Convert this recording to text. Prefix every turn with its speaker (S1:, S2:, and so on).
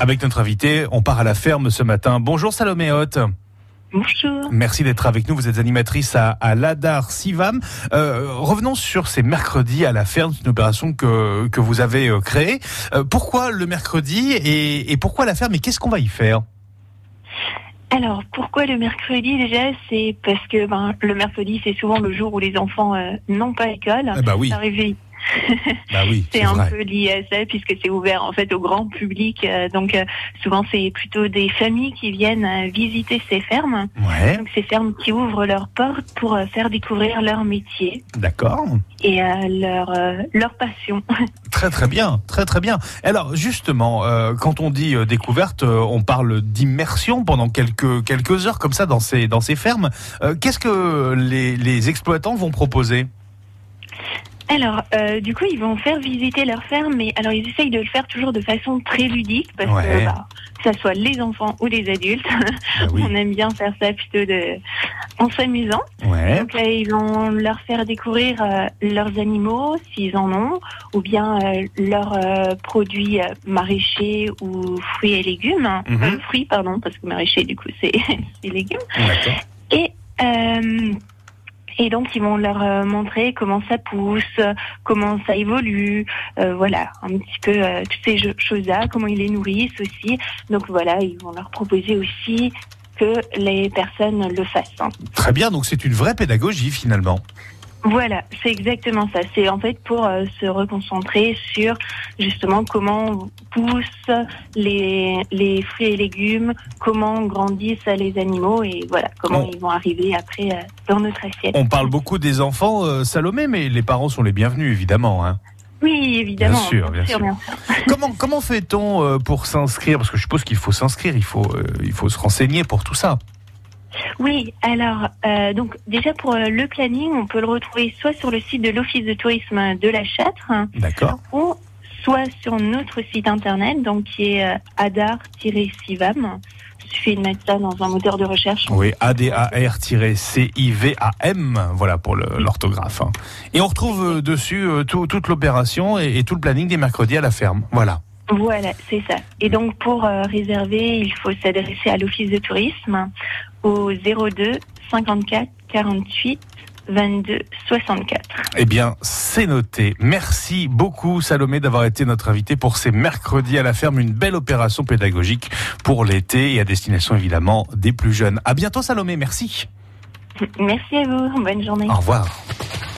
S1: Avec notre invité, on part à la ferme ce matin. Bonjour Salomé Hotte.
S2: Bonjour.
S1: Merci d'être avec nous. Vous êtes animatrice à, à l'ADAR Sivam. Euh, revenons sur ces mercredis à la ferme. C'est une opération que, que vous avez euh, créée. Euh, pourquoi le mercredi et, et pourquoi la ferme et qu'est-ce qu'on va y faire
S2: Alors, pourquoi le mercredi déjà C'est parce que ben, le mercredi, c'est souvent le jour où les enfants euh, n'ont pas école.
S1: Eh Bah oui,
S2: Ça réveille.
S1: bah oui,
S2: Ah, C'est
S1: c'est
S2: un
S1: vrai.
S2: peu lié à ça puisque c'est ouvert en fait au grand public. euh, donc euh, souvent c'est plutôt des familles qui viennent euh, visiter ces fermes.
S1: Ouais,
S2: Donc ces fermes qui ouvrent leurs portes pour euh, faire découvrir leur métier
S1: d'accord.
S2: et euh, leur euh, leur passion.
S1: Très très bien, très très bien. Alors justement, euh, quand on dit euh, découverte, euh, on parle d'immersion pendant quelques quelques heures comme ça dans ces dans ces fermes. Euh, Qu'est-ce que les, les exploitants vont proposer
S2: Alors, euh, du coup, ils vont faire visiter leur ferme, mais alors ils essayent de le faire toujours de façon très ludique, parce
S1: Ouais.
S2: que bah, que ça soit les enfants ou les adultes,
S1: Bah
S2: on aime bien faire ça plutôt de en s'amusant.
S1: ouais,
S2: Donc là, ils vont leur faire découvrir euh, leurs animaux s'ils en ont, ou bien euh, leurs euh, produits euh, maraîchers ou fruits et légumes,
S1: Mhm.
S2: Euh, fruits pardon, parce que maraîchers du coup c'est les légumes.
S1: d'accord.
S2: Et, euh, et donc, ils vont leur euh, montrer comment ça pousse, euh, comment ça évolue, euh, voilà, un petit peu euh, toutes ces jo- choses-là, comment ils les nourrissent aussi. Donc voilà, ils vont leur proposer aussi que les personnes le fassent. hein.
S1: Très bien, donc c'est une vraie pédagogie finalement.
S2: Voilà, c'est exactement ça. C'est en fait pour euh, se reconcentrer sur justement comment poussent les, les fruits et légumes, comment grandissent euh, les animaux et voilà, comment
S1: Bon.
S2: ils vont arriver après euh, dans notre assiette.
S1: On parle beaucoup des enfants, euh, Salomé, mais les parents sont les bienvenus évidemment. hein.
S2: Oui, évidemment.
S1: Bien sûr, bien sûr.
S2: bien
S1: comment comment fait-on euh, pour s'inscrire Parce que je suppose qu'il faut s'inscrire, il faut euh, il faut se renseigner pour tout ça.
S2: Oui, alors, euh, donc déjà pour euh, le planning, on peut le retrouver soit sur le site de l'Office de tourisme de la Châtre hein,
S1: D'accord.
S2: ou soit sur notre site internet, donc qui est euh, adar-sivam. Il suffit de mettre ça dans un moteur de recherche.
S1: Oui, ADAR-CIVAM, voilà pour le- l'orthographe. hein. Et on retrouve euh, dessus euh, tout- toute l'opération et, et tout le planning des mercredis à la ferme. Voilà.
S2: Voilà, c'est ça. Et donc pour euh, réserver, il faut s'adresser à l'Office de tourisme au 02 54 48 22 64.
S1: Eh bien, c'est noté. Merci beaucoup, Salomé, d'avoir été notre invitée pour ces mercredis à la ferme. Une belle opération pédagogique pour l'été et à destination évidemment des plus jeunes. À bientôt, Salomé. Merci.
S2: Merci à vous, bonne journée.
S1: Au revoir.